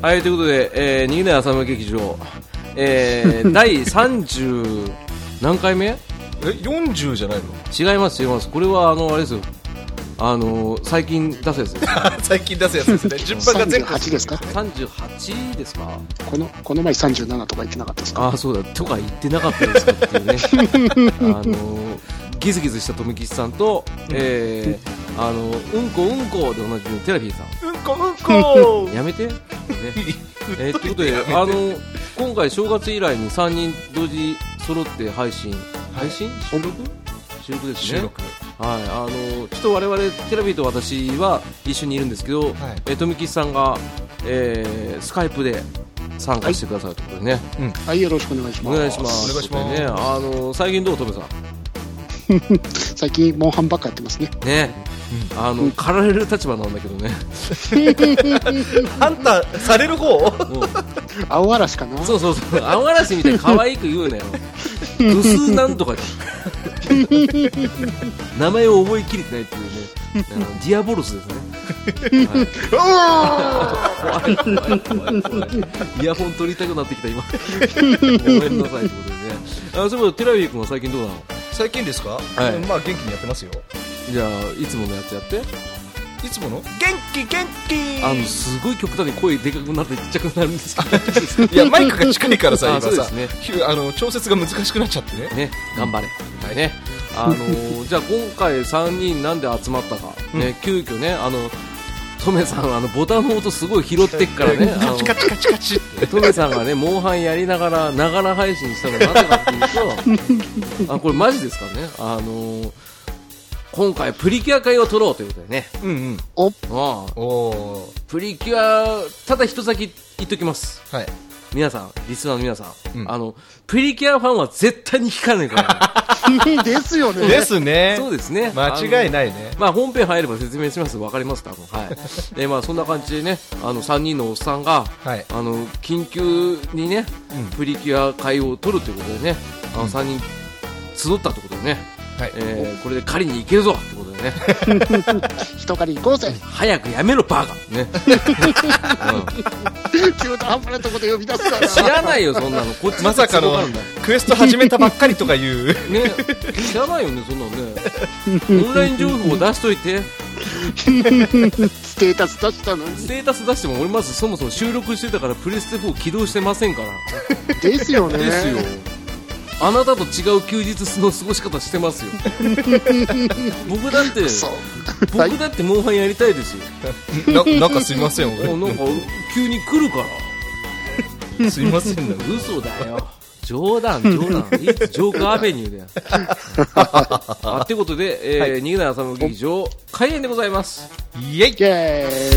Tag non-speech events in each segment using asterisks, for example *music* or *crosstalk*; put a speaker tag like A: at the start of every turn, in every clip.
A: はい、ということで、えー、逃げない朝間劇場、 *laughs* えー、第30何回目
B: え40じゃないの
A: 違います、違います。これは、あの、あれですよ。あの最近出すやつです。 *laughs*
B: 最近出すやつですね *laughs* 順番が全部
C: 38ですか
A: 38ですか
C: このこの前37とか言ってなかったですか
A: ああ、そうだ。とか言ってなかったですかっていうね。 *laughs* あのギズギズした富吉さんと、えー、あのうんこうんこでおなじみのテラピーさん。
B: うんこうん
C: *laughs*
B: こ
A: や
B: *laughs*
A: めて。ねえー、ということで、あの、今回正月以来に3人同時揃って配信、配信収録収録ですね。
B: 収録
A: はい、あの、ちょっと我々、テラビーと私は一緒にいるんですけど、えー、富吉さんが、えースカイプで参加してくださるということでね。
C: はいよろしくお願いしま
A: お
C: す
A: 願いします。
B: お願いします
A: ということでね、あの、最近どう、トムさん。
C: 最近モンハンばっかやってますね
A: ね。あの、駆られる立場なんだけど
B: *laughs*
A: ね。
B: ハンターされる方
A: うん
C: 青嵐かな
A: そうそうそう、アンガラシみたいに可愛く言うなよ。ドスなんとかじゃん。名前を覚えきれてないっていうね、あのディアボロスですね。はい、怖い怖い怖い怖いイヤホン取りたくなってきた今。ごめんなさいってことでね。あ、そういえばテラビー君は最近どうなの？
B: 最近ですか、
A: い
B: まあ元気にやってますよ
A: じゃあいつものやつやって。
B: いつもの元気元気
A: あのすごい極端に声でかくなってちっちゃくなるんですけど大丈夫ですか。
B: いやマイクが近いからさ
A: *laughs* あ
B: 今
A: そうで
B: さ
A: すね
B: ひゅあの調節が難しくなっちゃってね
A: ね、頑張れ、ね、あの
B: *laughs*
A: ーじゃあ今回3人なんで集まったか、ね、急遽ね、あの、トメさん、あの、ボタンの音すごい拾ってっから
B: *laughs*
A: ね、あの、
B: カチカチカチ
A: トメさんがね、モンハンやりながら、ながら配信したのなぜかっていう
B: *laughs*
A: と、あ、これマジですからね、あのー今回プリキュア会を撮ろうということでね、
B: うんうん
C: お
A: ああ
B: おお
A: プリキュア、ただ一先言っときます。
B: ーはい
A: 皆さん、リスナーの皆さん、
B: うん
A: あの、プリキュアファンは絶対に聞かないから、
C: *laughs* ですよね
B: です *laughs* ね
A: そうですね。
B: 間違い
A: い
B: ないね
A: まあ、本編入れば説明しますわかりますか、もうはいでまあ、そんな感じでねあの3人のおっさんが、
B: はい
A: あの緊急にね、
B: うん
A: プリキュア会を取るということでねあの3人集ったということでね、
B: はい
A: えーこれで狩りに行けるぞということ
B: *laughs*
A: でね
C: 人狩り行こうぜ
A: 早くやめろ、バカね、
C: 急な半端なとこで呼び出すか
A: うん知
C: ら
A: らないよ、そんなのこっち
B: まさかの
A: 都合があるんだ
B: クエスト始めたばっかりとかいう
A: *laughs* ね、知らないよね、そんなの
B: *laughs*
A: ねオンライン情報を出しといて
C: ステータス出したのに
A: ステータス出しても俺まずそもそも収録してたからプレステ4起動してませんから。
C: ですよね
A: ですよあなたと違う休日の過ごし方して *laughs* ますよ僕だって
C: そう
A: 僕だってモンハンやりたいですよ
B: ななんかすいません
A: もうなんか急に来るから
B: 俺すいませんだ
A: 嘘だよ冗 *laughs* 談冗談いつジョークアベニューだよ *laughs* あってことで、えー逃げない朝の劇場開演でございます
B: イエイ
C: イエ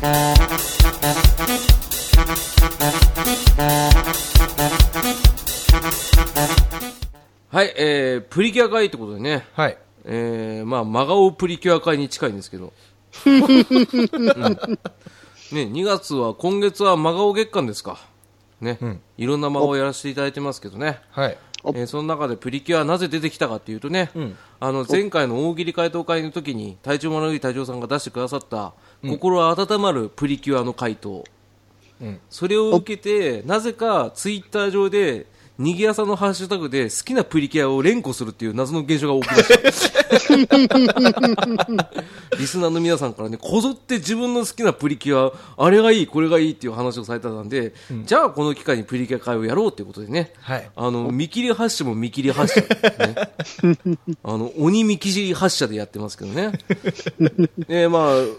C: ーイ
A: はいえー、プリキュア会ってことでね
B: はい
A: えー、まあ、真顔プリキュア会に近いんですけど。うんね、2月は、今月は真顔月間ですか。ね、
B: ん
A: いろんな真顔をやらせていただいてますけどね。
B: はい
C: お
A: えーその中でプリキュアなぜ出てきたかっていうとね、あの前回の大喜利回答会の時に隊長丸い隊長さんが出してくださった、心温まるプリキュアの回答、
B: うん
A: それを受けてなぜかツイッター上でにぎやさのハッシュタグで好きなプリキュアを連呼するっていう謎の現象が起きま
B: *laughs*
A: した。リスナーの皆さんからね、こぞって自分の好きなプリキュア、あれがいい、これがいいっていう話をされたんで、じゃあこの機会にプリキュア会をやろうっていうことでね、
B: はい
A: あの、見切り発車も見切り発車、ね。
B: *laughs*
A: あの、鬼見切り発車でやってますけどね。えー、まあ、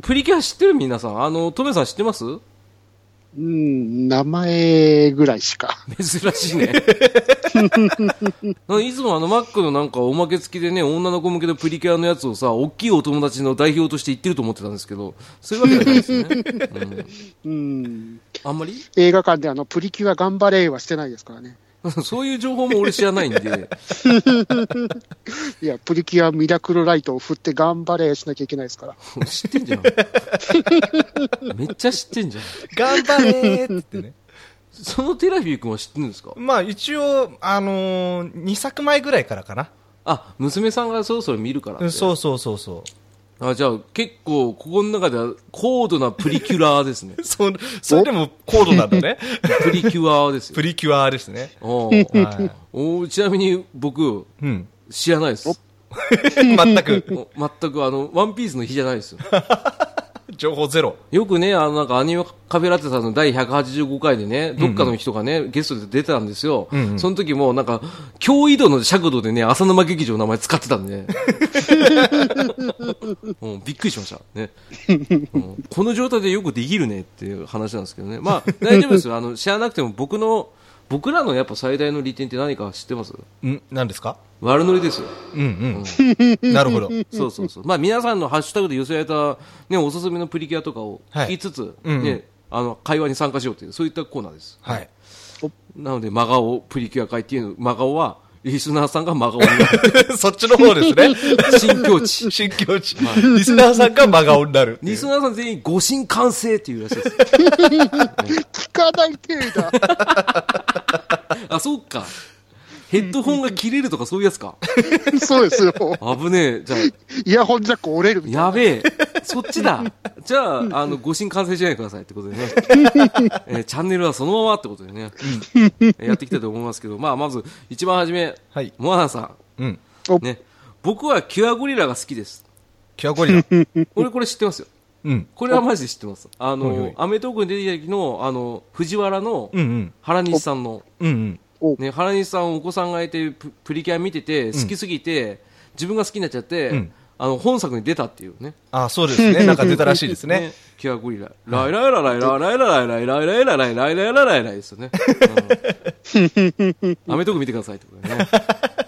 A: プリキュア知ってる皆さん。あの、トメさん知ってます
C: うん名前ぐらいしか
A: 珍しい
C: *laughs*
A: ね。いつもあの、マックのなんかおまけ付きでね、女の子向けのプリキュアのやつをさ、大きいお友達の代表として言ってると思ってたんですけど、そういうわけじゃないですよね。
C: うん
A: あんまり *laughs*
C: 映画館であのプリキュア頑張れはしてないですからね
A: そういう情報も俺知らないんで。
C: いやプリキュアミラクルライトを振って頑張れしなきゃいけないで
A: *laughs*
C: すから
A: 知ってんじゃん。めっちゃ知ってんじゃん。
B: 頑張れーってね
A: そのテラフィー君は知ってるんですか
B: *laughs* まあ一応、あのー、2作前ぐらいからかな。
A: あ、娘さんがそろそろ見るからっ
B: う
A: て。
B: んそうそうそうそう。
A: あじゃあ結構ここの中では高度なプリキュラーですね
B: そそれでも高度なんだ *laughs* ね
A: プリキュアーですよ
B: プリキュアですね
A: お
B: は
A: ー
B: い
A: おーちなみに僕
B: うん
A: 知らないです
B: 全く
A: お全くあのワンピースの日じゃない *laughs* ですよ
B: 情報ゼロ
A: よくね、あの、なんか、アニメカフェラテさんの第185回でね、どっかの人がね、ゲストで出てたんですよ。その時も、なんか、驚異度の尺度でね、浅沼劇場の名前使ってたん *laughs* でね。もうびっくりしました。ね。うんこの状態でよくできるねっていう話なんですけどね。まあ、大丈夫ですよ。あの、知らなくても僕の、僕らのやっぱ最大の利点って何か知ってます
B: ん何ですか
A: 悪ノリですよ。
B: うんうんなるほど
A: そうそうそう。まあ皆さんのハッシュタグで寄せられた、ね、おすすめのプリキュアとかを
B: はい
A: 聞きつつ、
B: うん
A: ね、あの、会話に参加しようという、そういったコーナーです。
B: はい *laughs*
A: なので、真顔、プリキュア会っていう、真顔は、リスナーさんが真顔にな
B: *laughs*
A: る。
B: そっちの方ですね *laughs*
A: 新境地。
B: 新境地リスナーさんが真顔になるっていう
A: リスナーさん全員、誤信完成っていうらしいです。
C: 聞かない程度。
A: あ、そうか。ヘッドホンが切れるとかそういうやつか。
C: そうですよ。
A: 危ねえ。じゃあ、
C: イヤホンジャック折れるみたいな。
A: やべえ、そっちだ。 *laughs* じゃあ、あの、誤信完成しないでくださいってことでね。えーチャンネルはそのままってことでね。えーやっていきたいと思いますけど、まあ、まず、一番初め、
B: はい
A: モアナさ
B: うん
A: ん。ね。僕はキュアゴリラが好きです。
B: キュアゴリラ
A: 俺これ知ってますよ。
B: うん
A: これはマジで知ってます。あ
B: おいお
A: の
B: い、
A: アメトークに出てきた時の、あの、藤原の
B: うんうん
A: 原西さんの、
B: うんうん
C: お
A: ね、原西さんお子さんがいて、ププリキュア見てて、好きすぎて、自分が好きになっちゃって、
B: うん
A: あの、本作に出たっていうね。
B: あそうです *laughs* ねなんか出たらしいですね
A: ね、キュアゴリラ。ライライラライラライラライライライライライライライライライライライですよね。うんアメトーク見てくださいってことでね。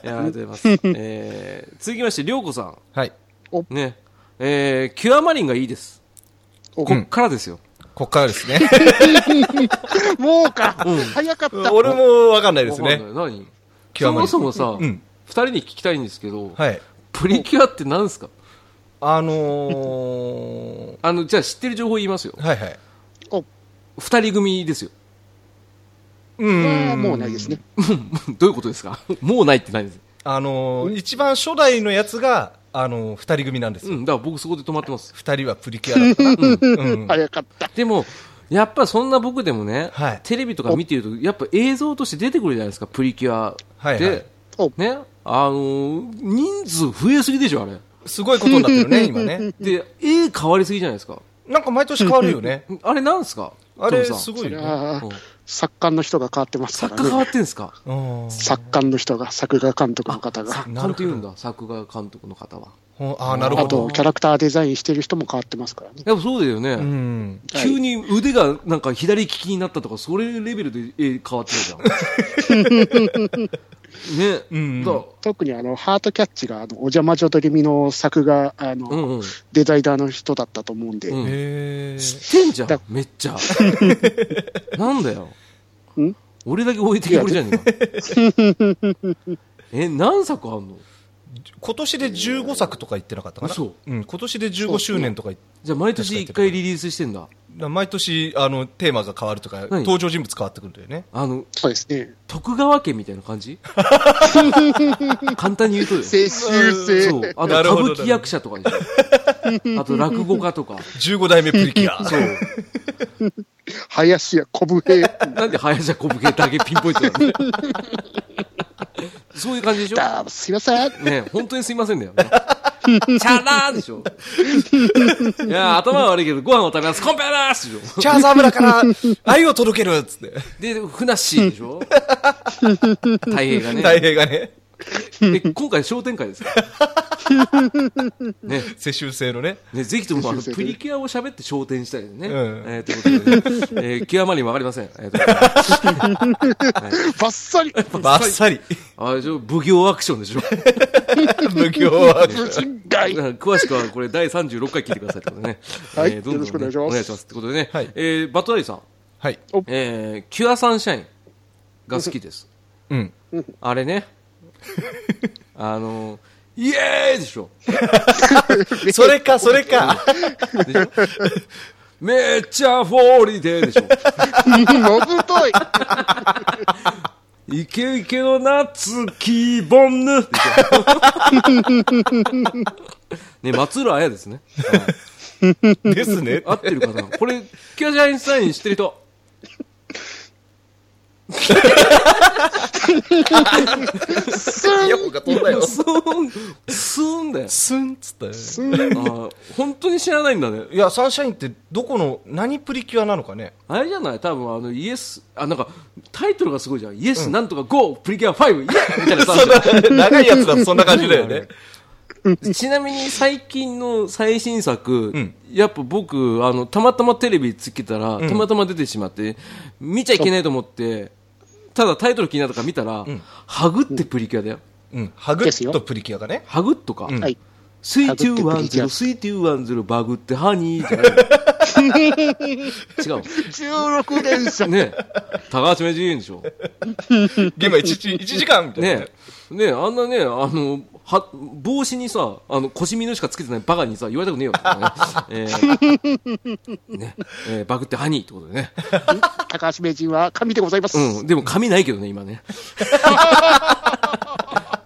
A: いやありがとうございます。えー続きまして、りょうこさ
B: はい
A: ん。ね。えーキュアマリンがいいです。
C: お
A: こっからですよ。
B: こっからですね
C: もうか、早かった。
B: 俺もわかんないです
A: わ
B: ね
A: かんない何
B: キュアマリン
A: そもそもさ、
B: う
A: 二
B: ん
A: 人に聞きたいんですけど、
B: はい
A: プリキュアって何ですか
B: あのー
A: あの、じゃあ知ってる情報言いますよ。
B: はいはい
C: お
A: 二人組ですよ。
B: うん
C: もうないですね。
A: どういうことですかもうないってないです。
B: あのー一番初代のやつが、あのー二人組なんです
A: う
B: よ。
A: ん、だから僕そこで止まってます。
B: 二、人はプリキュアだったな。うん
C: 早かった。
A: でも、やっぱそんな僕でもね、
B: はい
A: テレビとか見てると、やっぱ映像として出てくるじゃないですか、プリキュアって。
B: はいはい
C: お
A: ね、あのー人数増えすぎでしょ、あれ。
B: すごいことになってるね、今ね。
A: で、絵変わりすぎじゃないですか。
B: なんか毎年変わるよ *laughs* ね。
A: あれなんですか
B: あれ
A: トムさ
B: す
A: ん
B: ご
C: そ
B: い
C: り
B: よね。
C: ゃあ
A: うん
C: 作家の人が変わってますか
A: 作
C: ら
A: 家変わ
C: ね。
A: ってんです
B: *laughs*
A: か
B: うん
C: 作家の人が、作画監督の方が。
A: 監督って言うんだ、作画監督の方は。
B: ほんあー、なる
C: あ
B: ほど。
C: と、キャラクターデザインしてる人も変わってますからね。
A: やっぱそうだよね。
B: うん。
C: はい
A: 急に腕がなんか左利きになったとか、それレベルで絵変わってるじゃん。
B: *laughs*
A: ね、
B: うん
A: だ
C: 特にあの、ハートキャッチが、あの、お邪魔女ドリミの作画、あの、
A: うんうん。
C: デザイナーの人だったと思うんで、
A: うん
B: へ
A: 知
B: ー
A: ってんじゃん
C: だ、
A: めっ
C: *laughs*
A: ちゃ。なんだよ
C: ん。
A: 俺だけ置いてきぼりじゃねえか。
C: *laughs*
A: え、何作あんの
B: 今年で15作とか言ってなかったかな。
A: 嘘
B: うん、今年で15周年とか言って。
A: じゃあ毎年一回リリースしてんだ。
B: 毎年、あの、テーマが変わるとか、
A: 何
B: 登場人物変わってくるんだよね。
A: あの、
C: そうですね。
A: 徳川家みたいな感
C: *laughs*
A: じ簡単に言うとよ。
C: 世襲制。
A: そう。あと、
B: なる
A: 歌
B: ほ
A: 舞
B: ど
A: 伎役者とかでしょ。あと、落語家とか。
B: 15代目プリキュア。 *laughs* そう。
C: 林家小武平。
A: なんで早じゃこぶけだけピンポイントなんだ
C: *laughs*
A: よそういう感じでしょ
C: だすいません。
A: ねえ本当にすいませんだ *laughs* よね。チャラーでしょ。いや、頭は悪いけど、ご飯を食べます。コンペラーでしょ。
B: チャーザー村 *laughs* から愛を届けるっつって。
A: で、ふなっしーでしょ。太平がね。
B: 大平がね、
A: で今回商店会ですから。ね。
B: 世襲制のね。
A: ね、ぜひとも、あの、
C: *laughs* そうですよ
A: プ
C: ね
A: リキュアを喋って商店したいですね。
B: うん
A: えーということでね、えー極まりわかりません。えーということで
C: ばっさ
B: *laughs*
C: り。
B: バッサリ。
A: あれでしょ奉行アクションでしょ。
B: *laughs* 無教は。
C: 無人街。
A: だから詳しくはこれ第36回聞いてくださいってことでね。
C: はい
A: えーどんどんね
C: よろしくお願いします
A: お願いします。ってことでね、
B: はい
A: えーバットダリさん、
B: *laughs* はい。
A: えーキュアサンシャインが好きです。
B: うん。
A: あれ
B: *laughs*
A: ね、あのイエーイでしょ。
B: それか、それか。
A: めっちゃフォーリデーでしょ。
C: のぶとい。
A: イケイケの夏希ボンヌね、松浦綾ですね。
B: ですね。
A: 合ってるかなこれ、キャシャインスタイン知ってる人。
C: スー
B: ヤ
C: ン
B: ホが飛んだよ。
A: スーン、スーンだよ。
B: スンっつったよ。
C: スーン
A: あー本当に知らないんだね。
B: いや、サンシャインってどこの、何プリキュアなのかね。
A: あれじゃない多分あの、イエス、あ、なんか、タイトルがすごいじゃん。イエス、なんとか、ゴー、プリキュア5、イエスみたい
B: *laughs*
A: なさ。
B: *laughs* 長いやつだとそんな感じだよ *laughs* ね。
A: ちなみに最近の最新作、
B: ん
A: やっぱ僕あのたまたまテレビつけたら、たまたま出てしまって見ちゃいけないと思ってただタイトル気になったから見たら、ハグってプリキュアだよ
B: うん。ハグッとプリキュアがね。
A: ハグっとか、
C: はい。
A: スイ
C: ハグっ
A: ト
C: て
A: ゥーワ
C: プ
A: ン
C: リキ
A: ゼ
C: ュ
A: ロ
C: ア
A: スイトゥーワンゼロバグってハニーじゃない違
C: 16連
A: う
C: 勝。
A: ね高橋名人でしょ
B: 今1時、一時間みたいな
A: ね。ねあんなねあのは帽子にさあの腰見のしかつけてないバカにさ言われたくねえよってねえーねえーバグってハニーってことでね
C: 高橋名人は神でございます。
A: うん、でも髪ないけどね、今ね。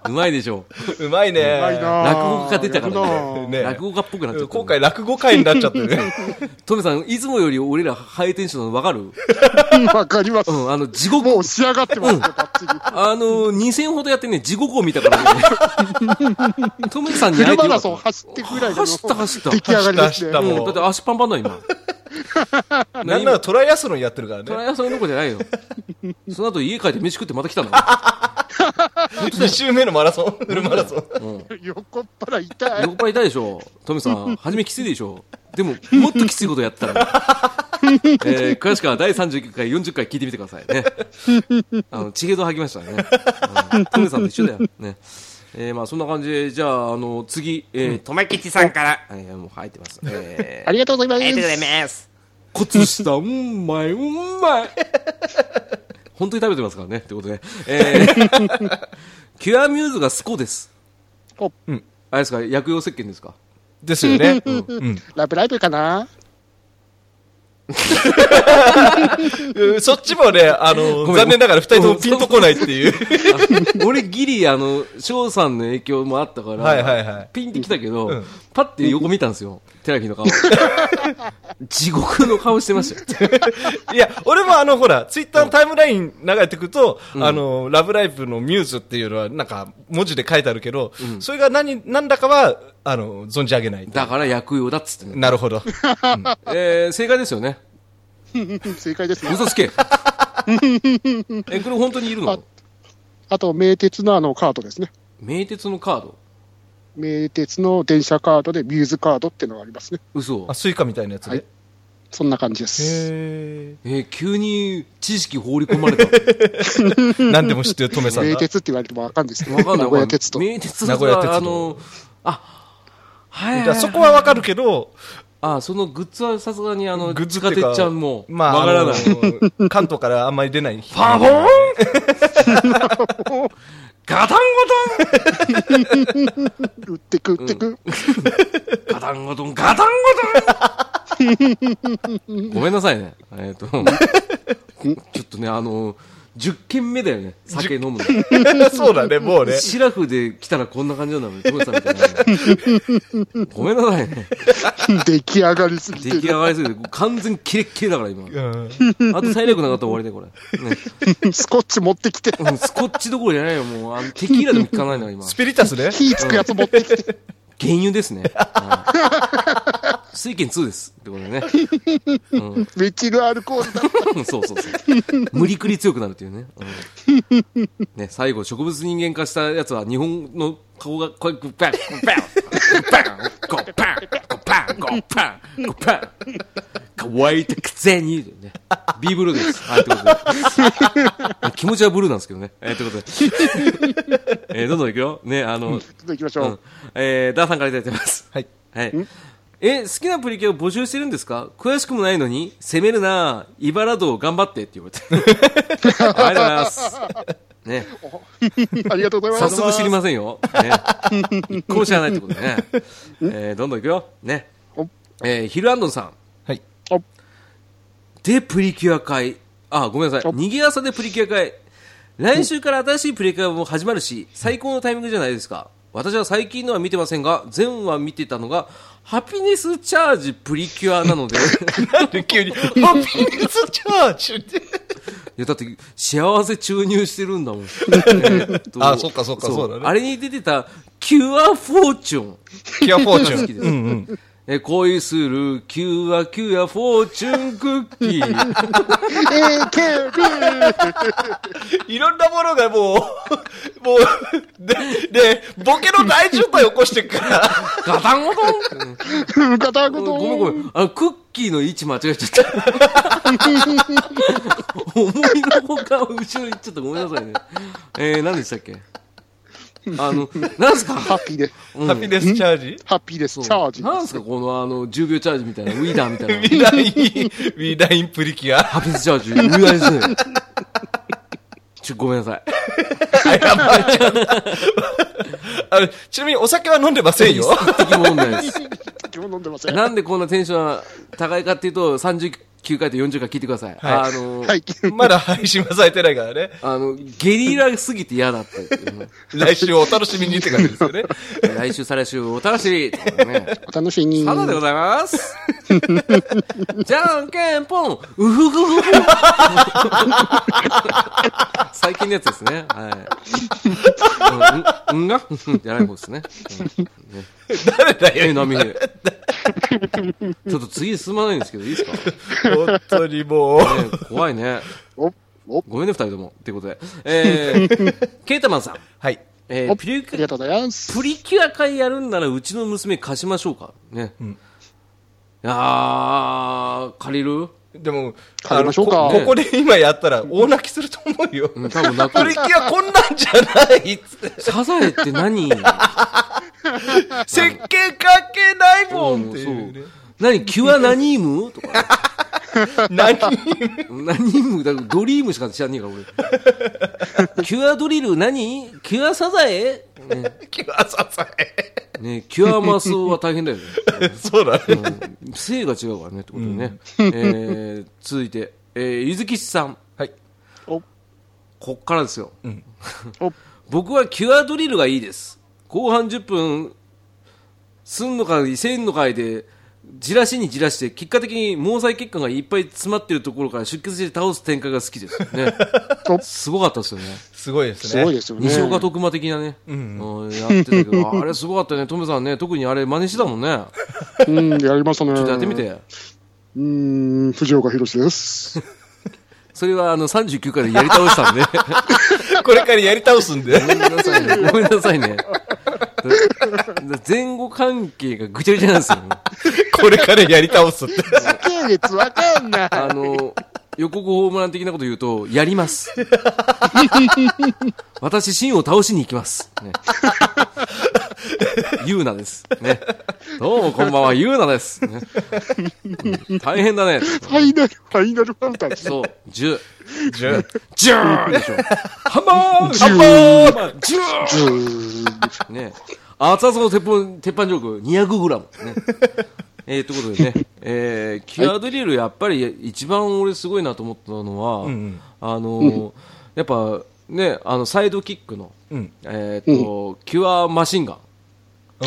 A: うまいでしょ。
B: うまいね。
C: うまいな
A: 落語家出たからね。
B: ね
A: 落語家っぽくなっちゃった。
B: 今回、落語会になっちゃって *laughs* るね。
A: トメさん、いつもより俺らハイテンションなの分かる
C: うんわかります。
A: うん、あの、地獄、
C: もう仕上がってますね、バッチリ。
A: あの、2000ほどやってね、地獄を見たから
C: *laughs*
A: ね。トメさんに会え
C: フル
A: てよか
C: マラ
A: っ
C: ソン
A: た。
C: 走ってぐらいの
A: 走った走った
C: 出来上がりです
B: 走った走
C: ね。
A: うん、だって足パンパンだ、
B: *laughs*
A: 今。
B: なんならトライアスロンやってるから
A: トラ
B: ね。
A: イアスロンどころじゃ
B: *laughs*
A: ないよ。その後家帰って飯食ってまた来たの。
B: 2周目のマラソン、フルマラソン。
C: 横っ腹痛い
A: 横。っ腹痛いでしょトミさん、初めきついでしょでも、もっときついことやった
B: *laughs*
A: ら、えー、詳しくは第39回、40回聞いてみてください
B: *laughs*
A: ね。あの、チゲド吐きましたね。うんトミさんと一緒だよ。ね。えー、まあそんな感じで、じゃあ、あの、次、えー、とめきちさんから、えー、もう入ってます。え
C: ありがとうございます。
A: ー、靴下、うんまい、うんま
B: *laughs*
A: い。本当に食べてますからね、ってことで。えーキュアミューズがスコです。
C: お
A: あれですか、薬用石鹸ですか *laughs*
B: ですよね。うん
C: ラブライブかな
B: うんそっちもね、あの、
A: ごめん
B: 残念ながら2人ともピンとこないっていう。
A: 俺ギリあの翔さんの影響もあったから、
B: *laughs* はいはいはい
A: ピンってきたけど、
B: ん
A: パッて横見たんですよテラフィー
B: *laughs*
A: の顔地獄の顔してましたよ
B: いや、俺もあの、ほら、ツイッターのタイムライン流れてくると、あの、ラブライブのミューズっていうのは、なんか、文字で書いてあるけど、それが何、なんだかは、あの、存じ上げない。
A: だから薬用だっつってね、
B: なる
A: *laughs*
B: ほど。
A: えー正解ですよね
C: 正解ですね。
A: 嘘つ
B: *laughs*
A: けえこれ本当にいるの
C: ああと、名鉄のあのカードですね。
A: 名鉄のカード
C: 名鉄の電車カードでミューズカードってのがありますね。
A: 嘘
B: あ、スイカみたいなやつ
C: はい
B: で。
C: そんな感じです。
B: へ
A: えー急に知識放り込
C: *laughs*
A: まれた
B: ー何でも知ってる、トメさん
C: 名
B: が。
C: 鉄って言われてもわかんないですけど、
A: わかんない
C: 名古屋鉄道。
A: 名鉄
B: 名古屋鉄道
A: あのあはいはい
B: だか
A: は
B: ら
A: い
B: そこはわかるけど、
A: あそのグッズはさすがにあの
B: グッズ
A: 地
B: っ
A: 下
B: ていうか
A: 鉄ちゃんも
B: まあ、
A: わからない、
B: あの関東からあんまり出ない。
A: パボーン *laughs* ガタン
C: 売ってく、売ってく。
A: ゴトンガタンゴトンガタンゴトンごめんなさいね。えっ、と、ちょっとね、あの、10軒目だよね。酒飲むの。
B: *laughs* そうだね、もう
A: *laughs*
B: ね。
A: シラフで来たらこんな感じなんだもんね。トムさんみたいなねごめんなさいね。
C: *laughs* 出来上がりすぎ
A: 出来
C: て
A: 上
C: る。
A: がりすぎて、完全にキレッキレだから今。
B: うん
A: あと体力なかったら終わりだよ、これ。ね
C: スコッチ持ってきて、
A: うん、スコッチどころじゃないよ、もう。あのテキーラでも効かないな、
B: *laughs*
A: 今。
B: スピリタスね。
C: 火つくやつ持ってきて、
A: 原油ですね。はい水拳2です。ってことでね。
C: メチルアルコールだ。
A: うんそうそうそう。無理くり強くなるというね。うんね、最後、植物人間化したやつは日本の顔が、こう、グッパン、グッパン、グッパン、ゴッパン、ゴッパン、ゴッパン、ゴッパン。乾いたくせに、ね。B ブルーです。はい、ということで。気持ちはブルーなんですけどね。えー、ということで。えーどんどんいくよ。ね、あの、
C: 行きまし
A: う
C: ょ
A: ん
C: う。
A: えー、ダーさんからいただいてます。
B: はい。
A: はい。え、好きなプリキュアを募集してるんですか詳しくもないのに、攻めるな茨道頑張ってって言 *laughs* われて。ありがとうございます。ね。
C: ありがとうござい
A: 早
C: ます。
A: 速知りませんよ。ね。一個も知らないってことね。えーどんどんいくよ。ね
C: お。
A: えーヒルアンドンさん。
B: はい。
A: で、プリキュア会。あ、ごめんなさい。
C: お
A: 逃げ朝でプリキュア会。来週から新しいプレイ会も始まるし、最高のタイミングじゃないですか。私は最近のは見てませんが、前話見てたのが、ハピネスチャージプリキュアな
B: *laughs*
A: ので、い
B: なんで急に、ハピネスチャージって。
A: や、だって、幸せ注入してるん
B: *laughs*
A: だもん。えーっと
B: あそっかそっかそうだね
A: あれに出てた、キュアフォーチュン。
B: キアフォーチ
A: 好
B: ュ
A: き
B: ン。
A: です。え恋するキュアキュアフォーチュンクッキー。
C: AKB!
B: いろんなものがもう、 *laughs* もう、で、で、ボケの大渋滞を起こしてるから。
A: ガタンゴトン
C: ガタゴト
A: ご
C: ン
A: めんごめん。あの、クッキーの位置間違えちゃった。 *laughs* 思いのほか後ろ行っちゃった。ごめんなさいね。えー、何でしたっけあの、何すか
C: ハッピーで、
B: ハピネスチャージ
C: ハッピーです。チャージ。
A: 何すかこのあの、10秒チャージみたいな、ウィーダーみたいな。
B: 未来、未来プリキュア。
A: ハピスチャージ、ウィーダーですね。ちょ、ごめんなさい。
B: あのちなみにお酒は飲んでませんよ。
A: 一滴も飲んでないです。
C: 今日飲んでません。
A: なんでこんなテンションが高いかっていうと、39回と40回聞いてください。
B: はい
A: あの、
C: はい。
B: まだ配信はされてないからね。
A: あの、ゲリラすぎて嫌だったっていうね。
B: 来週お楽しみにって感じですよね。
A: 来週、再来週、お楽しみってことね。
C: お楽しみに。
A: サダでございます。じゃんけんぽん、うふふふふ。最近のやつですね。はい。うん、うんがうんじゃない方ですね。
B: 誰だ
A: え、
B: よ。
A: 波平。ちょっと次進まないんですけど、いいです
B: *laughs*
A: か、ね
B: 本当にもう。
A: 怖いね。
C: お、お、
A: ごめんね、二人とも。ってことで。えー、ケータマンさん。
B: はい。
A: え
C: お、あ
A: ー、プリ
C: りがとうございます。
A: プリキュア会やるんならうちの娘貸しましょうか。ね。いやー、借りる
B: でも、
C: 帰りましょうか
B: あのこここで今やったら大泣きすると思うよ。
A: うん、多分泣
B: プ
A: く
B: リ。キュアこんなんじゃないっつって。
A: サザエって何
B: 石鹸かけないもんって
A: ん
B: いうね。
A: 何キュア何イムとか。
B: 何
A: 何イムだからドリームしか知らねえから、 *laughs* 俺。キュアドリル何キュアサザエね
B: キュアサザエ。
A: ねキュアマスオは大変だよね。
B: そうだね。
A: うん性が違うからねってことでね。えー、続いて、えー、ゆずきしさん。
B: はい。
C: お、
A: こっからですよ。
C: お、
A: 僕はキュアドリルがいいです後半10分すんのかせんのかいでじらしにじらして結果的に毛細血管がいっぱい詰まってるところから出血して倒す展開が好きですね
C: *laughs* お
A: すごかったですよね
B: すごいですね。
C: すごいですよね。
A: 西岡徳馬的なね、うんやってたけどあれすごかったねトムさんね特にあれ真似してたもんね
C: うん、やりましたね。
A: ちょっとやってみて
C: うーん、藤岡弘です。
A: それはあの39回でやり倒したんで
B: これからやり倒すんで。
A: ごめんなさいねごめんなさいねだ前後関係がぐちゃぐちゃなんですよ
B: これからやり倒すって。
C: 系列わかんない。
A: あの、予告ホームラン的なこと言うと、やります。私、シンを倒しに行きます。ね。ユーナです。ね。どうもこんばんは、ユーナです。ねうん大変だね。
C: ファイナル、ファイナルファンタジー。
A: そう、10。
B: じゃ
A: 10
B: あ
A: でしょ。ハンバーグ
C: ジュ
A: ハンバーグ
C: ずー
A: 10ね。熱々の鉄板、鉄板ジョーク、200g。ね。えー、ということでね、えー、キュアドリル、やっぱり一番俺すごいなと思ったのは、
B: ん
A: あのーやっぱね、あの、サイドキックの、
B: うん。
A: えーっと、キュアマシンガ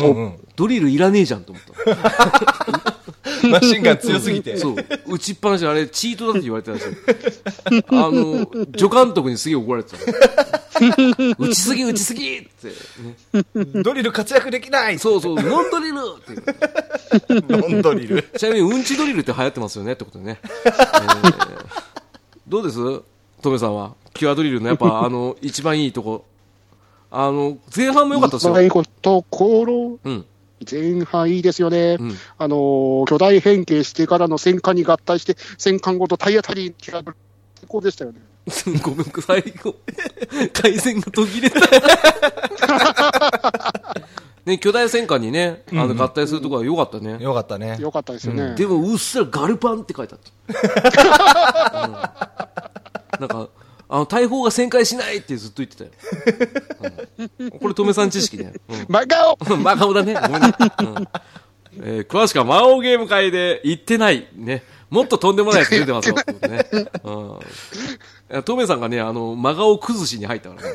A: ン、
B: うんうん。
A: ドリルいらねえじゃんと思った。
B: マシンガン強すぎて。
A: そう、打ちっぱなしであれ、チートだって言われてたんですよ。あの、助監督にすげえ怒られてた。打ちすぎ、打ちすぎって、ね。
B: ドリル活躍できない
A: そうそう、ノンドリルっていう。
B: ロンドリル。
A: ちなみにうんちドリルって流行ってますよねってことでね、えーどうですトメさんはキュアドリルのやっぱあの一番いいとこあの前半も良かったです
C: 一
A: よ、
C: 番いいところ、
A: うん、
C: 前半いいですよね。
A: ん
C: あのー、巨大変形してからの戦艦に合体して、戦艦ごと体当たりに比べる。最高でしたよね。
A: ごめん最後回線が途切れたね巨大戦艦にねあの合体するとこは良かったね、
B: よかったね。
C: よかったですよね。
A: でもうっすらガルパンって書いてあった、うんなんかあの大砲が旋回しないってずっと言ってたよ、うんこれトメさん知識ね、うん
C: 真顔
A: 真顔だね。ごめんね。うんえー詳しくは魔王ゲーム会で言ってない。ね。もっととんでもないやつ出てますよ。ねうんやトメさんがね、あの、真顔崩しに入ったから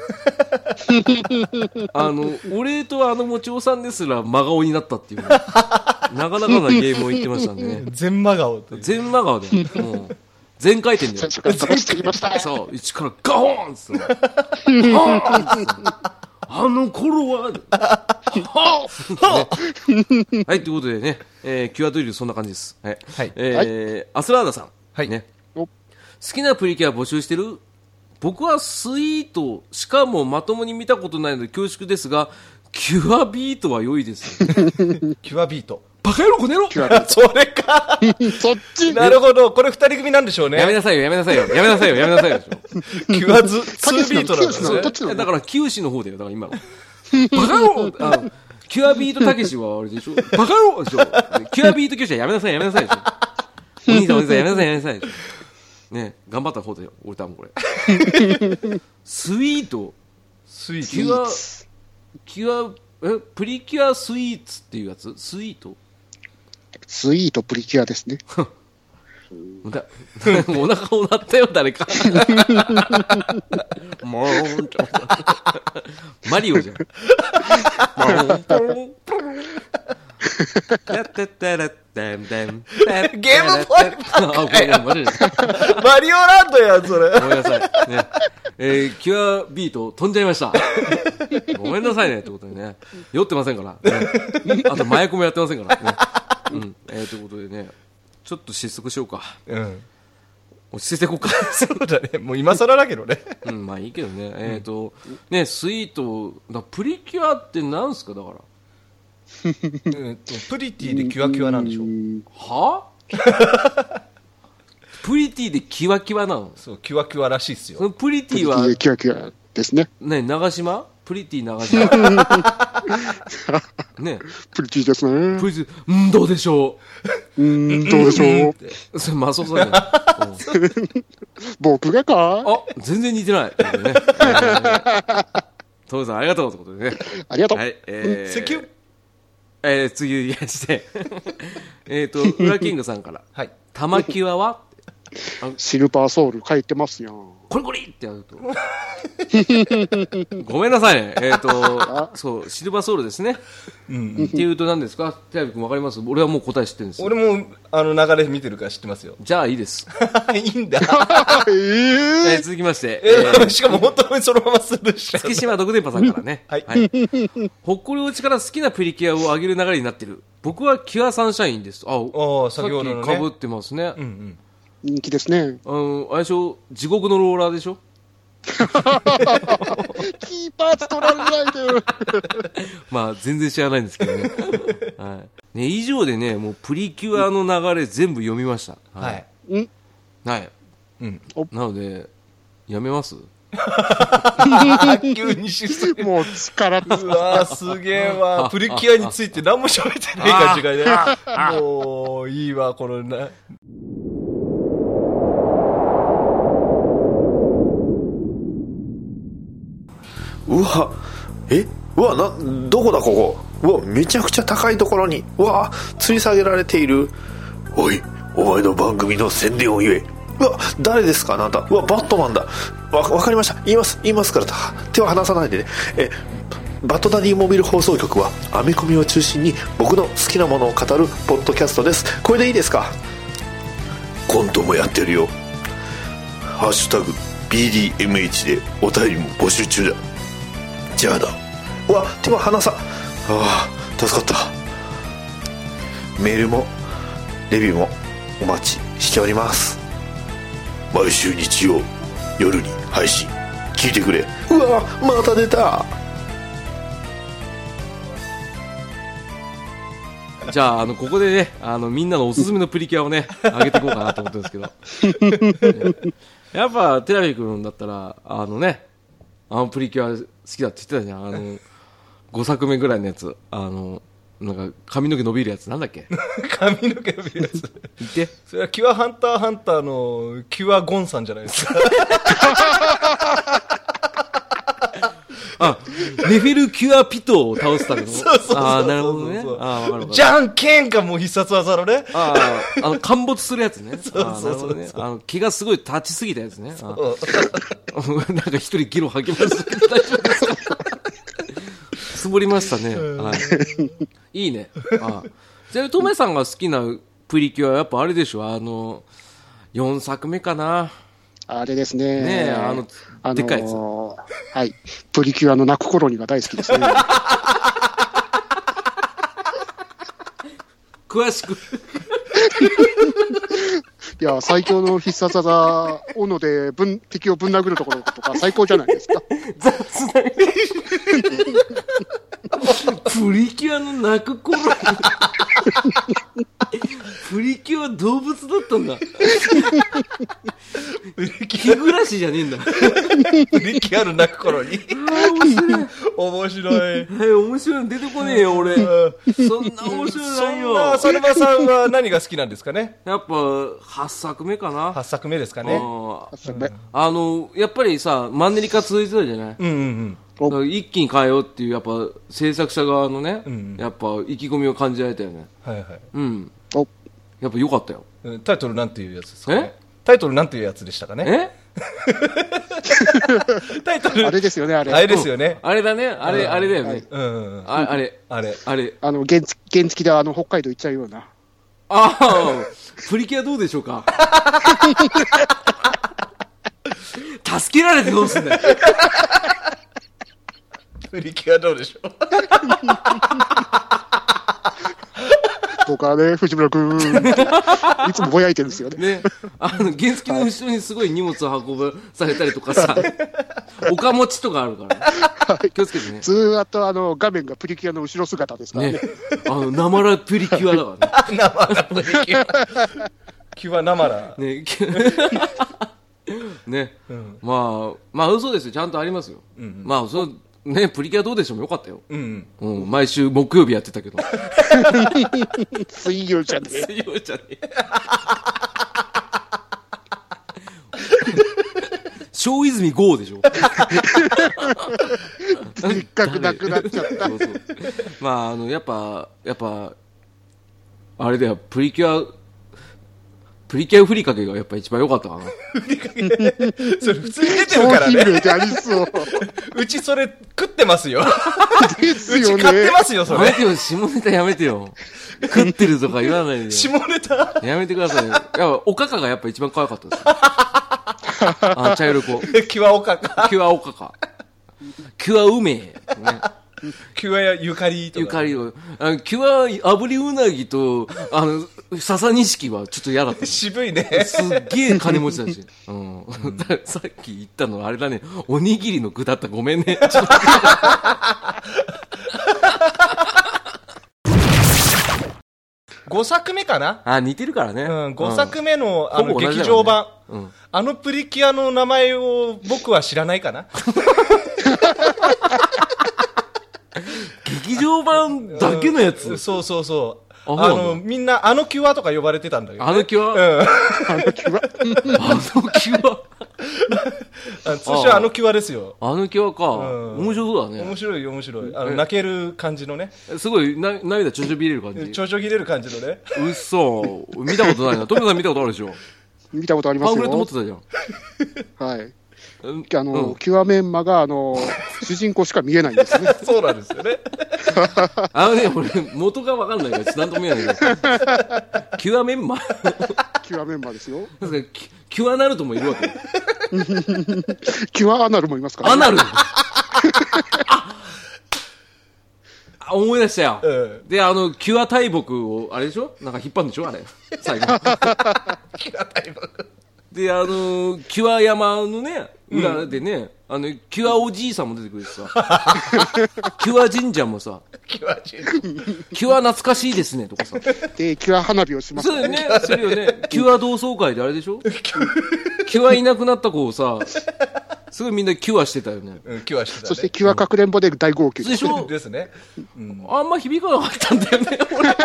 A: ね。あの、俺とあのもちおさんですら真顔になったっていうね、なかなかなゲームを言ってましたんでね。
B: 全真顔という
A: 全真顔で、もう、全回転
C: *laughs*
A: で
C: 最。初から飛ばしてきま *laughs* した。
A: そう、一からガホーンっつって。ガホーンっつって。あの頃は、はぁ、ね、はい、ということでね、えーキュアドリルそんな感じです。はい。
B: はい
A: えーアスラーダさん。
B: はい
A: ね。
C: お
A: 好きなプリキュア募集してる僕はスイート、しかもまともに見たことないので恐縮ですが、キュアビートは良いですよ。
B: キュアビート。
A: バカ野郎この野郎
C: キュア
B: それか。
C: そっち
B: なるほど。これ二人組なんでしょう
A: やめ
B: ね。
A: なさいよ、やめなさいよ、やめなさいよ、やめなさいよ。
B: キュアズ、ツ
C: たけ
B: ー
C: し
B: ビ
C: な
B: ー
C: の
B: ト
C: たけしな
B: なん
C: のど
B: だ
C: っち
A: い
C: な
A: や
C: の
A: だから、キュウシの方だよ、だから今の。バカ野郎あのキュアビートたけしはあれでしょバカ野郎でしょキュアビート教師はやめなさい、やめなさいでしょお兄さん、お兄さん、やめなさい、やめなさいでしょね頑張った方だよ、俺多分これ。スイート、
B: スイ
A: キ
B: ー
A: ュア、キュア、え、プリキュアスイーツっていうやつスイート
C: スイートプリキュアですね。
A: だお腹を鳴ったよ、誰か。もーんとマリオじゃん。ゲ
B: ゲームボーイ
A: あ、ごめんなさい。
B: ト。マリオランドやん、それ。
A: ごめんなさい。ねえーキュアビート飛んじゃいました。ごめんなさいね、ってことでね。酔ってませんから。ねあと、麻薬もやってませんから。ねうん。えーということでね、ちょっと失速しようか。
B: うん。
A: 落ち着いていこうか。
B: そうだね。もう今更だけどね。
A: うん、まあいいけどね、えっ、と、ね、スイート、だプリキュアってなんすか、だから、
B: うんとプリティでキュアキュアなんでしょう。
A: は *laughs* プリティでキワキワなの、
B: そう、キュアキュアらしいっす
A: そ
B: よ。
A: のプリテ
C: プリ
A: ィ
C: キ
A: は
C: ュア、キュアキュアですね。
A: ね、長島プリティ長島ね、
C: プリキュアですね。
A: プリティ、うん、どうでしょ
C: うーん、どうでしょう。
A: う、それ、マスオさんじゃない、うん
C: 僕がかあ
A: あ全然似てない、ね、トムさん、ありがとうということでね、
C: りがとう。
A: はい、えー
B: セキュ
A: えー、次、いやして、えっと、ウラキングさんから。
B: はい。
A: 玉際は
C: シルバーソウル書いてますよ。
A: コリコリってやると。 *laughs* ごめんなさいね。えっ、と、そう、シルバーソウルですね。っていうと何ですかテラビ君わかります俺はもう答え知ってるんですよ。。
B: 俺も、あの、流れ見てるから知ってますよ
A: じゃあいいです。
B: *laughs* いいんだ。
C: え
A: え
C: え
A: ー続きまして、えー
B: えしかも本当にそのままスルーしちゃ
A: 月島独電波さんからね。
B: *laughs* はい
A: ほっこり落ちから好きなプリキュアを上げる流れになってる。僕はキュアサンシャインです。あ、
B: ー
A: さ
B: 先ほどの
A: っ
B: ね
A: き被ってますね。
B: う。うん
C: 人気ですね。
A: うん、相性、地獄のローラーでしょ
C: キーパーズ取られないでよ。
A: まあ、全然知らないんですけど
B: *laughs*
A: ね。はい。ね、以上でね、もうプリキュアの流れ全部読みました。
B: うん。はい。。
A: はい。
B: うん。
A: なので、やめます
B: あー急にし *laughs* すぎ
C: *laughs* もう力つ
B: うわーすげえわ。プリキュアについて何も喋ってない感じがね。もう、いいわ、このな。 *laughs*
D: うわえうわなどこだここうわめちゃくちゃ高いところにうわ吊り下げられているおいお前の番組の宣伝を言えうわ誰ですかあなたうわバットマンだわわかりました言います言いますからは手は離さないでねえバットダディモビル放送局はアメコミを中心に僕の好きなものを語るポッドキャストですこれでいいですかコントもやってるよハッシュタグ BDMH でお便りも募集中だじゃあだうわ手は離さああ助かったメールもレビューもお待ちしております毎週日曜夜に配信聞いてくれうわまた出た
A: じゃあ、あの、ここでね、あの、みんなのおすすめのプリキュアを
B: *laughs*
A: ね、あげていこうかなと思ってるんですけど。やっぱ、テラビ君だったら、あのね、あのプリキュア好きだって言ってたじゃん。あの、5作目ぐらいのやつ。あの、なんか、髪の毛伸びるやつ。なんだっけ
B: 髪の毛のやつ。
A: 言って。
B: それはキュアハンターハンターのキュアゴンさんじゃないですか。
A: あ、ネフェルキュアピトを倒すための。
B: *laughs* そうそうそう
A: あーなるほどね
B: そうそう。そう
A: あーわかるわかる。
B: じゃんけんか、もう必殺技のね。
A: あーあの、陥没するやつね。
B: *laughs* そうそうそう
A: あーなるほどね。あの、毛がすごい立ちすぎたやつね。あー
B: う
A: *laughs*
B: ん
A: なんか一人ゲロ吐きましたけど。大丈夫ですかつぼりましたね。はい。いいね。ああじゃあ、トメさんが好きなプリキュアはやっぱあれでしょあの、4作目かな。
C: あれですね。
A: ねえあのでっかいやつ
C: はい。プリキュアの泣く頃にが大好きです
A: *laughs*
C: ね。
A: 詳しく。
C: いや、最強の必殺技、斧でぶん敵をぶん殴るところとか最高じゃないですか。
A: プリキュアの泣く頃にプリキュア動物だったんだ。日暮らしじゃねえ
B: *laughs*
A: んだ。
B: プリキュアの泣く頃
C: *laughs*
B: に。面白い。
A: え、面白いの出てこねえよ、俺。そんな面白いの
B: そ
A: ない
B: んな、
A: よ。
B: 浅沼さんは何が好きなんですかね
A: やっぱ、8作目かな。
B: ?8 作目ですかね。
A: あー
C: それ
A: あの、やっぱりさ、マンネリ化続いてたじゃない
B: うんうん
A: だから一気に変えようっていう、やっぱ制作者側のね、やっぱ意気込みを感じられたよね。
B: うん。はいはい。
A: うん。
C: お
A: やっぱ良かったよ。
B: うんタイトルなんていうやつですかね
A: え
B: タイトルなんていうやつでしたかね
A: え
B: タイトル、
C: あれですよね、あれ。
B: あれですよね。
A: あれだね、あれ、あれだよね。
B: うんうんうん。
A: ああれ、
B: あれ。
A: あれ。
C: あの、原付原付であの北海道行っちゃうような。
A: ああ、プリキュアどうでしょう
B: *laughs*
A: か助けられてどうすんだよ。
B: プリキュアどうでしょう
C: 僕はね、藤村
A: *laughs*
C: くん。いつもぼやいてるんですよね。
A: ね、あの、原付の後ろにすごい荷物を運ばされたりとかさ、おか持ちとかあるから、ね、気をつけてね。
C: ずーっとあの、画面がプリキュアの後ろ姿ですからね。
A: ね、あの、なまらプリキュアだからね。
B: 生なプリキ
C: *laughs*
B: ュア。キュア生ら。
A: ね、きね、 *laughs* まあ、まあ嘘ですよ、ちゃんとありますよ。まあ、そう、ね、プリキュアどうでしょうもよかったよ。
B: うんうん。
A: うん、毎週木曜日やってたけど。
C: *laughs* 水曜じゃね
A: 水曜じゃねえ。 *laughs* 小泉豪でしょ
C: え。でっかくなくなっちゃ
B: *laughs*
C: った。
A: そうそうまあ、あの、やっぱ、やっぱ、あれだよ、プリキュア、プリキュアふりかけがやっぱ一番良かったかな。
B: それ普通に出てる
C: 商
B: から
C: 品
B: ね。
C: 名でありそう。
B: うちそれ食ってますよ。
C: です
B: うち
C: よね。
B: 買ってますよ、そ
A: やめ
B: れ。
A: てよ、下ネタやめてよ。食ってるとか言わないでよ。
B: 下ネタ。
A: やめてくださいよ。やっぱ、おかかがやっぱ一番可愛かったですよ。あ、茶色い子。
B: キュアオカか。
A: キュアおかか。キュア梅。ね。
B: キュアやゆかりとか。
A: ゆかりを。あのキュア炙りうなぎと、あの、笹錦はちょっと嫌だった。
B: 渋いね。
A: すっげえ金持ちだし。うん。だからさっき言ったのはあれだね。おにぎりの具だった。ごめんね。
B: *laughs*
A: ちょっと
B: 5作目かな
A: あ、似てるからね。
B: うん、5作目のあ
A: ほ
B: の
A: ぼ同じ
B: 劇
A: だよね
B: 場版、
A: うん
B: あのプリキュアの名前を僕は知らないかな
A: 劇場版だけのやつ。
B: そうそうそう。
A: あ
B: あ
A: そうな
B: の、
A: ん
B: みんな、あのキュアとか呼ばれてたんだけど。
A: あのキュア、 *laughs* あのキュア。
B: あ通称あのキュアですよ。
A: あのキュアか。
B: ん
A: 面白そうだ
B: 面
A: ね。
B: 白いよ面白い。あの、泣ける感じのね。
A: すごい、な涙ちょちょびれる感じ。
B: ちょちょぎれる感じのね。 *laughs*
A: うっそ見たことないな。トムさん見たことあるでしょ
C: 見たことありま
A: パン
C: す
A: フレット持
C: よ
A: って。たじゃん。
C: はい。
A: うん
C: あの、キュアメンマが、
A: *laughs*
C: あの、主人公しか見えないんですね。
B: そうなんですよね。
A: あのね、俺、元がわかんないから、ちょっとなんとも言
B: *laughs*
A: えないけど。キュアメン *laughs* マー
C: キュアメンマですよ。
A: なんかキュキュアナルトもいるわけ。
C: キュアアナルもいますから、
A: ア
C: ね。
A: ナルあ *laughs* あ思い出したよ。
B: うん
A: で、あの、キュア大木を、あれでしょなんか引っ張るんでしょあれ。最 *laughs* 後。で、あのーキュア山のね、裏でね、あの、キュアおじいさんも出てくるしさ、 *laughs* キュア神社もさ、
B: キュア人。
A: キュア懐かしいですね、とかさ。
C: で、キュア花火をします。
A: そうだよね、するよね。キュア同窓会であれで *laughs* しょキュアいなくなった子をさ、すごいみんなキュアしてたよね。
B: うん、キュアしてた、ね。
C: そして、キュアかくれんぼで大号泣
A: でしょ
B: ですね。
A: あんま響かなかったんだよね、俺。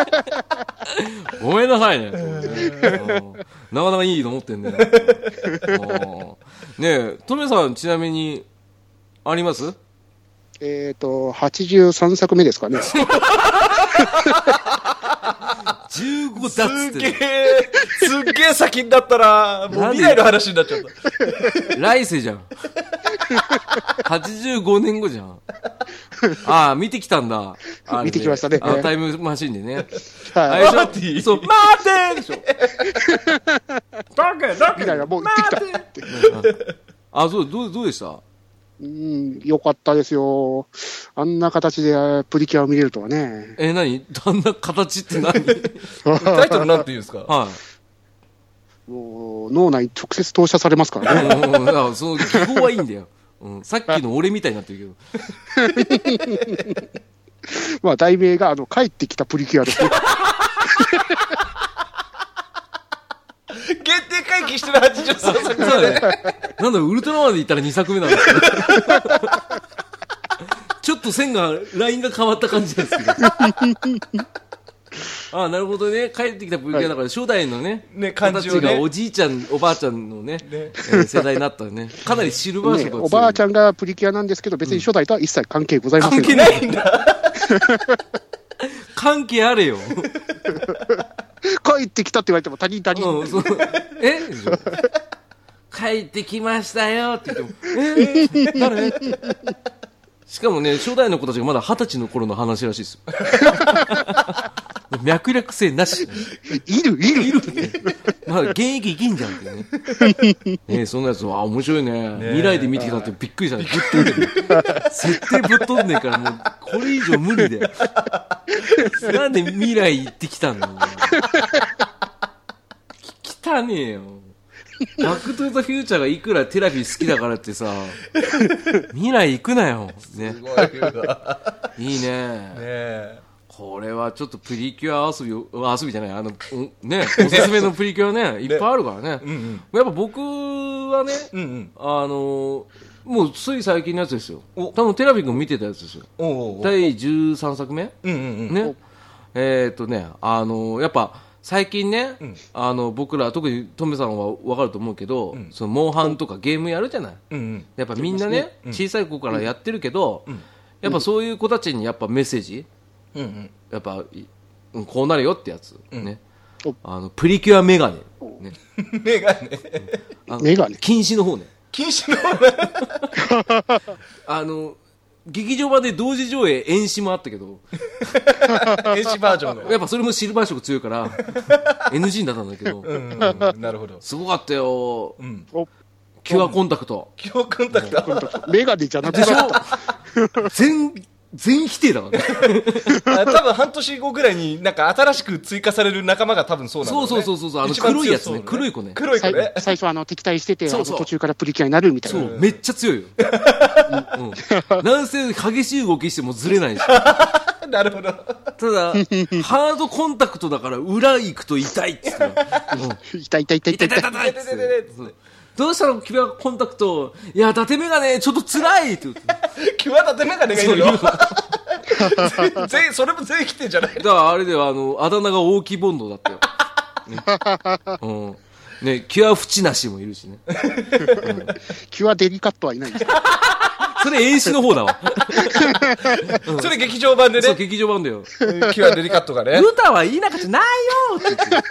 A: ごめんなさいね。うんなかなかいいと思ってんだよ。うんねえ、トメさんちなみに、あります
C: えっ、と、83作目ですかね。
A: 15
B: す
A: だっつ
B: っ
A: っ
B: げ
A: て
B: え、すっげえ先になったな。もう未来の話になっちゃった。
A: 来世じゃん85年後じゃんああ見てきたんだあれで
C: 見てきましたね
A: あのタイムマシンでね
C: はい。
A: あれでしょ
B: マーティ
A: そうマーティでしょ
B: バカや、バ
C: みたいな、もう行ってきた。
A: あそうどうどうでした
C: うん、よかったですよ。あんな形であプリキュアを見れるとはね。
A: え何あんな形って何
B: タイトルなんて言うんですか
A: は
C: もう脳内に直接投射されますから
A: い *laughs*
C: ね。
A: うんうんだからその記号はいいんだよ、うん、さっきの俺みたいになってるけど
C: まあ、題名が、あの、帰ってきたプリキュア
A: *laughs*
C: ですね。
B: 限定回帰してる83作目。
A: そうだよね。なんだろうウルトラマンで言ったら2作目なんですけど。ちょっと線が、ラインが変わった感じですけど。ああ、なるほどね。帰ってきた VK だから、初代のね、
B: ね
A: 子
B: 感
A: た
B: じ
A: ち
B: をね
A: がおじいちゃん、おばあちゃんのね、えー世代になったね。かなりシルバー色
C: ね
A: が強い
C: おばあちゃんがプリキュアなんですけど、別に初代とは一切関係ございません、
A: 関係ないんだ。関係あれよ。
C: 帰ってきたって言われても他人他人。
A: うん、そう *laughs* えでしょ帰ってきましたよって言っても、え誰しかもね、初代の子たちがまだ二十歳の頃の話らしい *laughs* ですよ。脈略性なし。
C: いる、いる、いる。
A: まだ現役いけんじゃんってね。ねえそんなやつ、あ、面白いね。未来で見てきたってびっくりしたね。ぶっ飛んでる。設定ぶっ飛んでるから、もう、これ以上無理だよ。なんで未来行ってきたんだよ。き汚ねえよ。バックトゥーザフューチャーがいくらテラフィー好きだからってさ、未来行くなよ。ね。いいね。
B: え
A: これはちょっとプリキュア遊びを、あ遊びじゃない、
B: *laughs*
A: あの、うんね、おすすめのプリキュアね、いっぱいあるからね。やっぱ僕はね、
B: うんうん。
A: あのーもうつい最近のやつですよ。多分テラビ君見てたやつですよ。
B: おうおう。
A: 第13作目
B: うんうんうん。
A: ね。えーっとね、あのーやっぱ、最近ね、あの僕ら、特にトメさんは分かると思うけど、そのモンハンとかゲームやるじゃない、
B: うんうん。
A: やっぱみんなね、小さい子からやってるけど、やっぱそういう子たちにやっぱメッセージ、
B: うんうん。
A: やっぱ、いうんこうなるよってやつ。ね
C: お。
A: あの、プリキュアメガネ。ね。
B: 目がね、
A: あの
C: メガネ
A: 禁止の方ね。
B: 禁止の *laughs* 方が
A: あの、劇場版で同時上映延止もあったけど、
B: エッジバージョン
A: やっぱそれもシルバー色強いから、NG だったんだけど、
B: だよ。うんうん。なるほど。
A: すごかったよ。
C: お
A: キュアコンタクト。
B: 今日コンタクト。
C: メガネじゃなく
A: でしょ
C: なった。
A: 全、全否定だからね。
B: あ多分半年後ぐらいになんか新しく追加される仲間が多分そうなんだろね
A: そうそうそうそうあの
B: 一番強
A: 黒いやつね
B: そうな
A: 黒い子ね
B: 黒い子
C: 最
B: ね。
C: 最初はあの敵対してて、
A: そうそう
C: あの途中からプリキュアになるみたい
A: そ
C: な。
A: う、めっちゃ強いよ。うん。なんせ激しい動きしてもずれないし。
B: なるほ
A: た
B: ど。
A: だ、ハードコンタクトだから裏行くと痛いっつっての。
C: いたいたいたいた
A: 痛
C: い
A: い痛
C: た。
A: い痛いっつってそうどうしたの君はコンタクト。いや、伊達メガネ、ちょっと辛いって言って。だか
B: 際立てメガネがいるよ。 *laughs* 全員、それも全員来てんじゃない
A: らあれでは、あの、あだ名が大きいボンドだったよ。ね、うん。ね、キュアフチナシもいるしね。
C: キュアデリカットは
A: *laughs*
C: いないんですよ。
A: それ、演詞の方だわ。
B: それ劇場版で
A: そう、
B: ね、
A: 劇場版だよ。
B: キュアデリカットがね。
A: 歌はいい仲じゃないよって言って。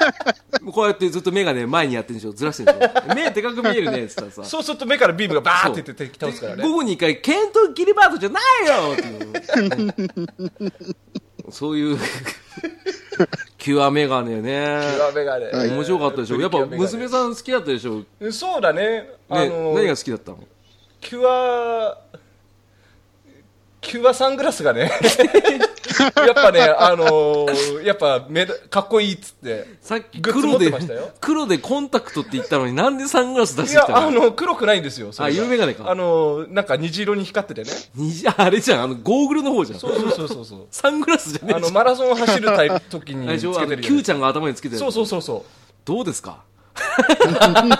A: こうやってずっとメガネ前にやってんでしょずらしてんでし
B: *laughs*
A: ょ目でかく見えるねって言ったらさ。
B: そうすると目からビームがバーって出てき倒すから
A: 午
B: ね。
A: 後に一回、ケント・ギリバートじゃないよっていう、そういう、キュアメガネね。
B: キュアメガネ。
A: 面白かったでしょやっぱ娘
B: ん
A: さん好きだったでしょね、。
B: そうだね。あの、
A: 何が好きだったの
B: キュア、キュアサングラスがね、 *laughs* やっぱね、あのーやっぱ目だ、かっこいいっつって。
A: さっき
B: グッズ
A: 黒
B: 持って
A: で
B: ましたよ、
A: 黒でコンタクトって言ったのになんでサングラス出
B: い
A: して
B: や
A: き、た
B: あ
A: の
B: の、黒くないんですよ。それ
A: あ
B: が
A: 色眼鏡か
B: あの、なんか虹色に光っててね。
A: 虹あれじゃん、あの、ゴーグルの方じゃん。
B: そうそうそうそうそう。
A: サングラスじゃね
B: あ
A: えじ
B: の、マラソンを走るたい時
A: ゃん。あれで
B: につ
A: しょあ
B: け
A: の、
B: てる
A: Q
B: ち
A: ちゃんが頭につけてる
B: そうそうそうそ
A: どうですか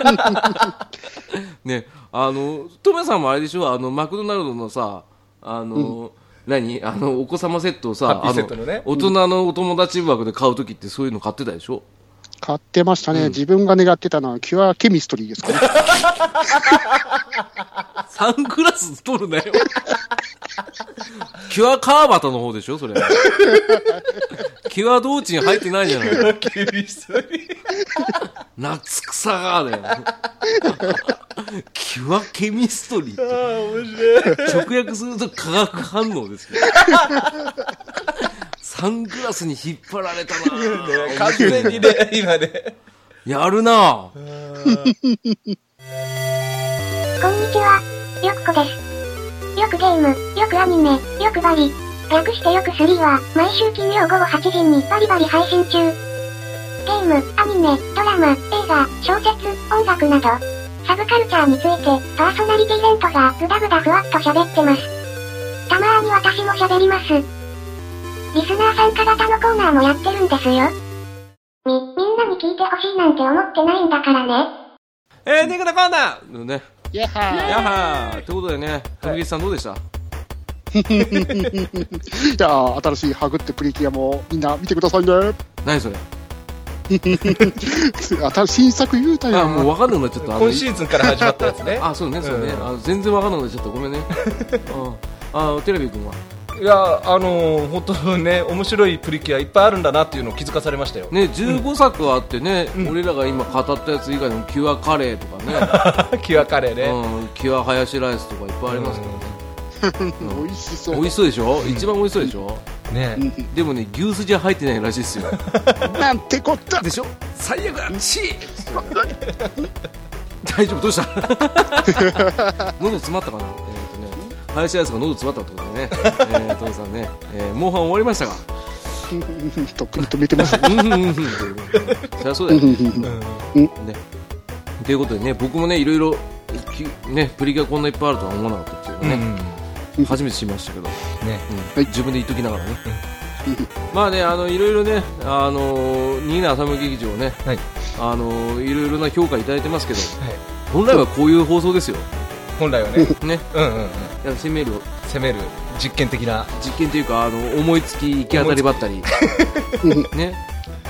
A: *laughs* ねあのトメさんもあれでしょあのマクドナルドのさあの、何あのお子様セットを
B: ハ
A: さ
B: ッピーセットのね
A: あの大人のお友達枠で買う時ってそういうの買ってたでしょ、
C: 買買ってましたね。自分が狙ってたのは、キュアケミストリーですかね。
A: サングラス取るなよ。キュア川端の方でしょそれ。キュア道地に入ってないじゃない。 *laughs*
B: 厳しそうに
A: 夏草がだよ。キュアケミストリーって
B: ああ、面白い。
A: 直訳すると化学反応ですけど。サングラスに引っ張られたな
B: 完全にね、今ね。
A: やるな
E: こんにちは、よくこです。よくゲーム、よくアニメ、よくバリ。略してよく3は、毎週金曜午後8時にバリバリ配信中。ゲーム、アニメ、ドラマ、映画、小説、音楽など、サブカルチャーについて、パーソナリティレントがぐだぐだふわっと喋ってます。たまーに私も喋ります。リスナー参加型のコーナーもやってるんですよ。み、みんなに聞いてほしいなんて思ってないんだからね。
A: えー、ネグラパンダのね。
C: いやー
A: やっはーってことでね、徳木さんどうでした
C: いやー新しいハグってプリキュアもみんな見てくださいね。
A: 何それ
C: 新しい新作言うたや
A: あ、
C: ん。
A: もう分かんなくなっちゃった。あの
B: 今シーズンから始まったやつね。
A: あ、そうね、そうね。
B: うん
A: あ全然分かんなくなっちゃった。ごめ *laughs* んね。うんあ、テレビ君はい
B: や、あのー、本当ね、面白いプリキュアいっぱいあるんだなっていうのを気づかされましたよ。
A: ね、15作あってね、俺らが今語ったやつ以外にもキュアカレーとか
B: キュアカレー
A: ね、
B: ね。
A: うん、キュアハヤシライスとかいっぱいありますけどね、
C: 美味しそう。
A: 美味しそうでしょ、一番美味しそうでしょ、
B: ね
A: でもね牛すじは入ってないらしいです *laughs* よ
C: なんてこった
A: でしょ最悪だチー大丈夫どうした *laughs* 喉詰まったかなえっ、とね林アイスが喉詰まったってことでね、えー、父さんね、えー、モンハン終わりましたか
C: とっくに止めてます。
A: うんうんうんうんそりゃそうだよねねということでね僕もねいろいろきねプリキュアこんないっぱいあるとは思わなかったっていうね、
B: うん。
A: 初めて知りましたけど、
B: ね。
A: うん自分で言っときながらね、まあねあのいろいろねあのー新名浅劇場ね、
B: はい
A: あのーいろいろな評価いただいてますけど
B: はい。
A: 本来はこういう放送ですよ
B: 本来はね、
A: ね
B: うんうんうん。
A: いや攻める
B: 攻める実験的な。
A: 実験というかあの思いつき行き当たりばったりね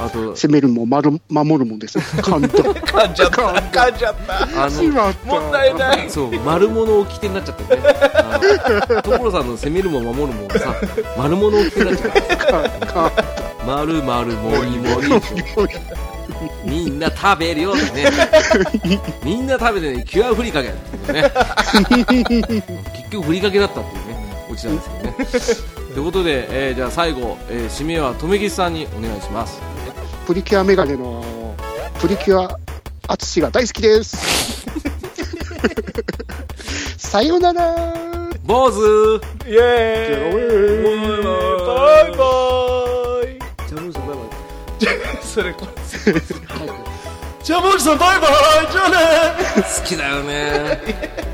A: あと
C: 攻めるも丸守るも
A: *laughs*
C: んです。簡単。
B: 噛んじゃった。噛んじゃった。
A: あ
C: し
A: の
C: ま *laughs* った。
B: 問題ない。
A: そう丸物を着てになっちゃってねあの所さんの攻めるも守るもさ丸物を着てになっちゃった
C: か
A: 丸丸もりもりでしょみんな食べるよってねみんな食べてねキュアふりかけっていうね結局ふりかけだったっていうねオチなんですけどねということで、えーじゃあ最後、えー締めは留吉さんにお願いします
C: プリキュアメガネのプリキュア淳が大好きです。さよなら。
A: 坊主
B: イエーイバイバイ
A: じゃあ坊主バイバイ
B: それこれジャムおじさんバイバイじゃあね
A: 好きだよね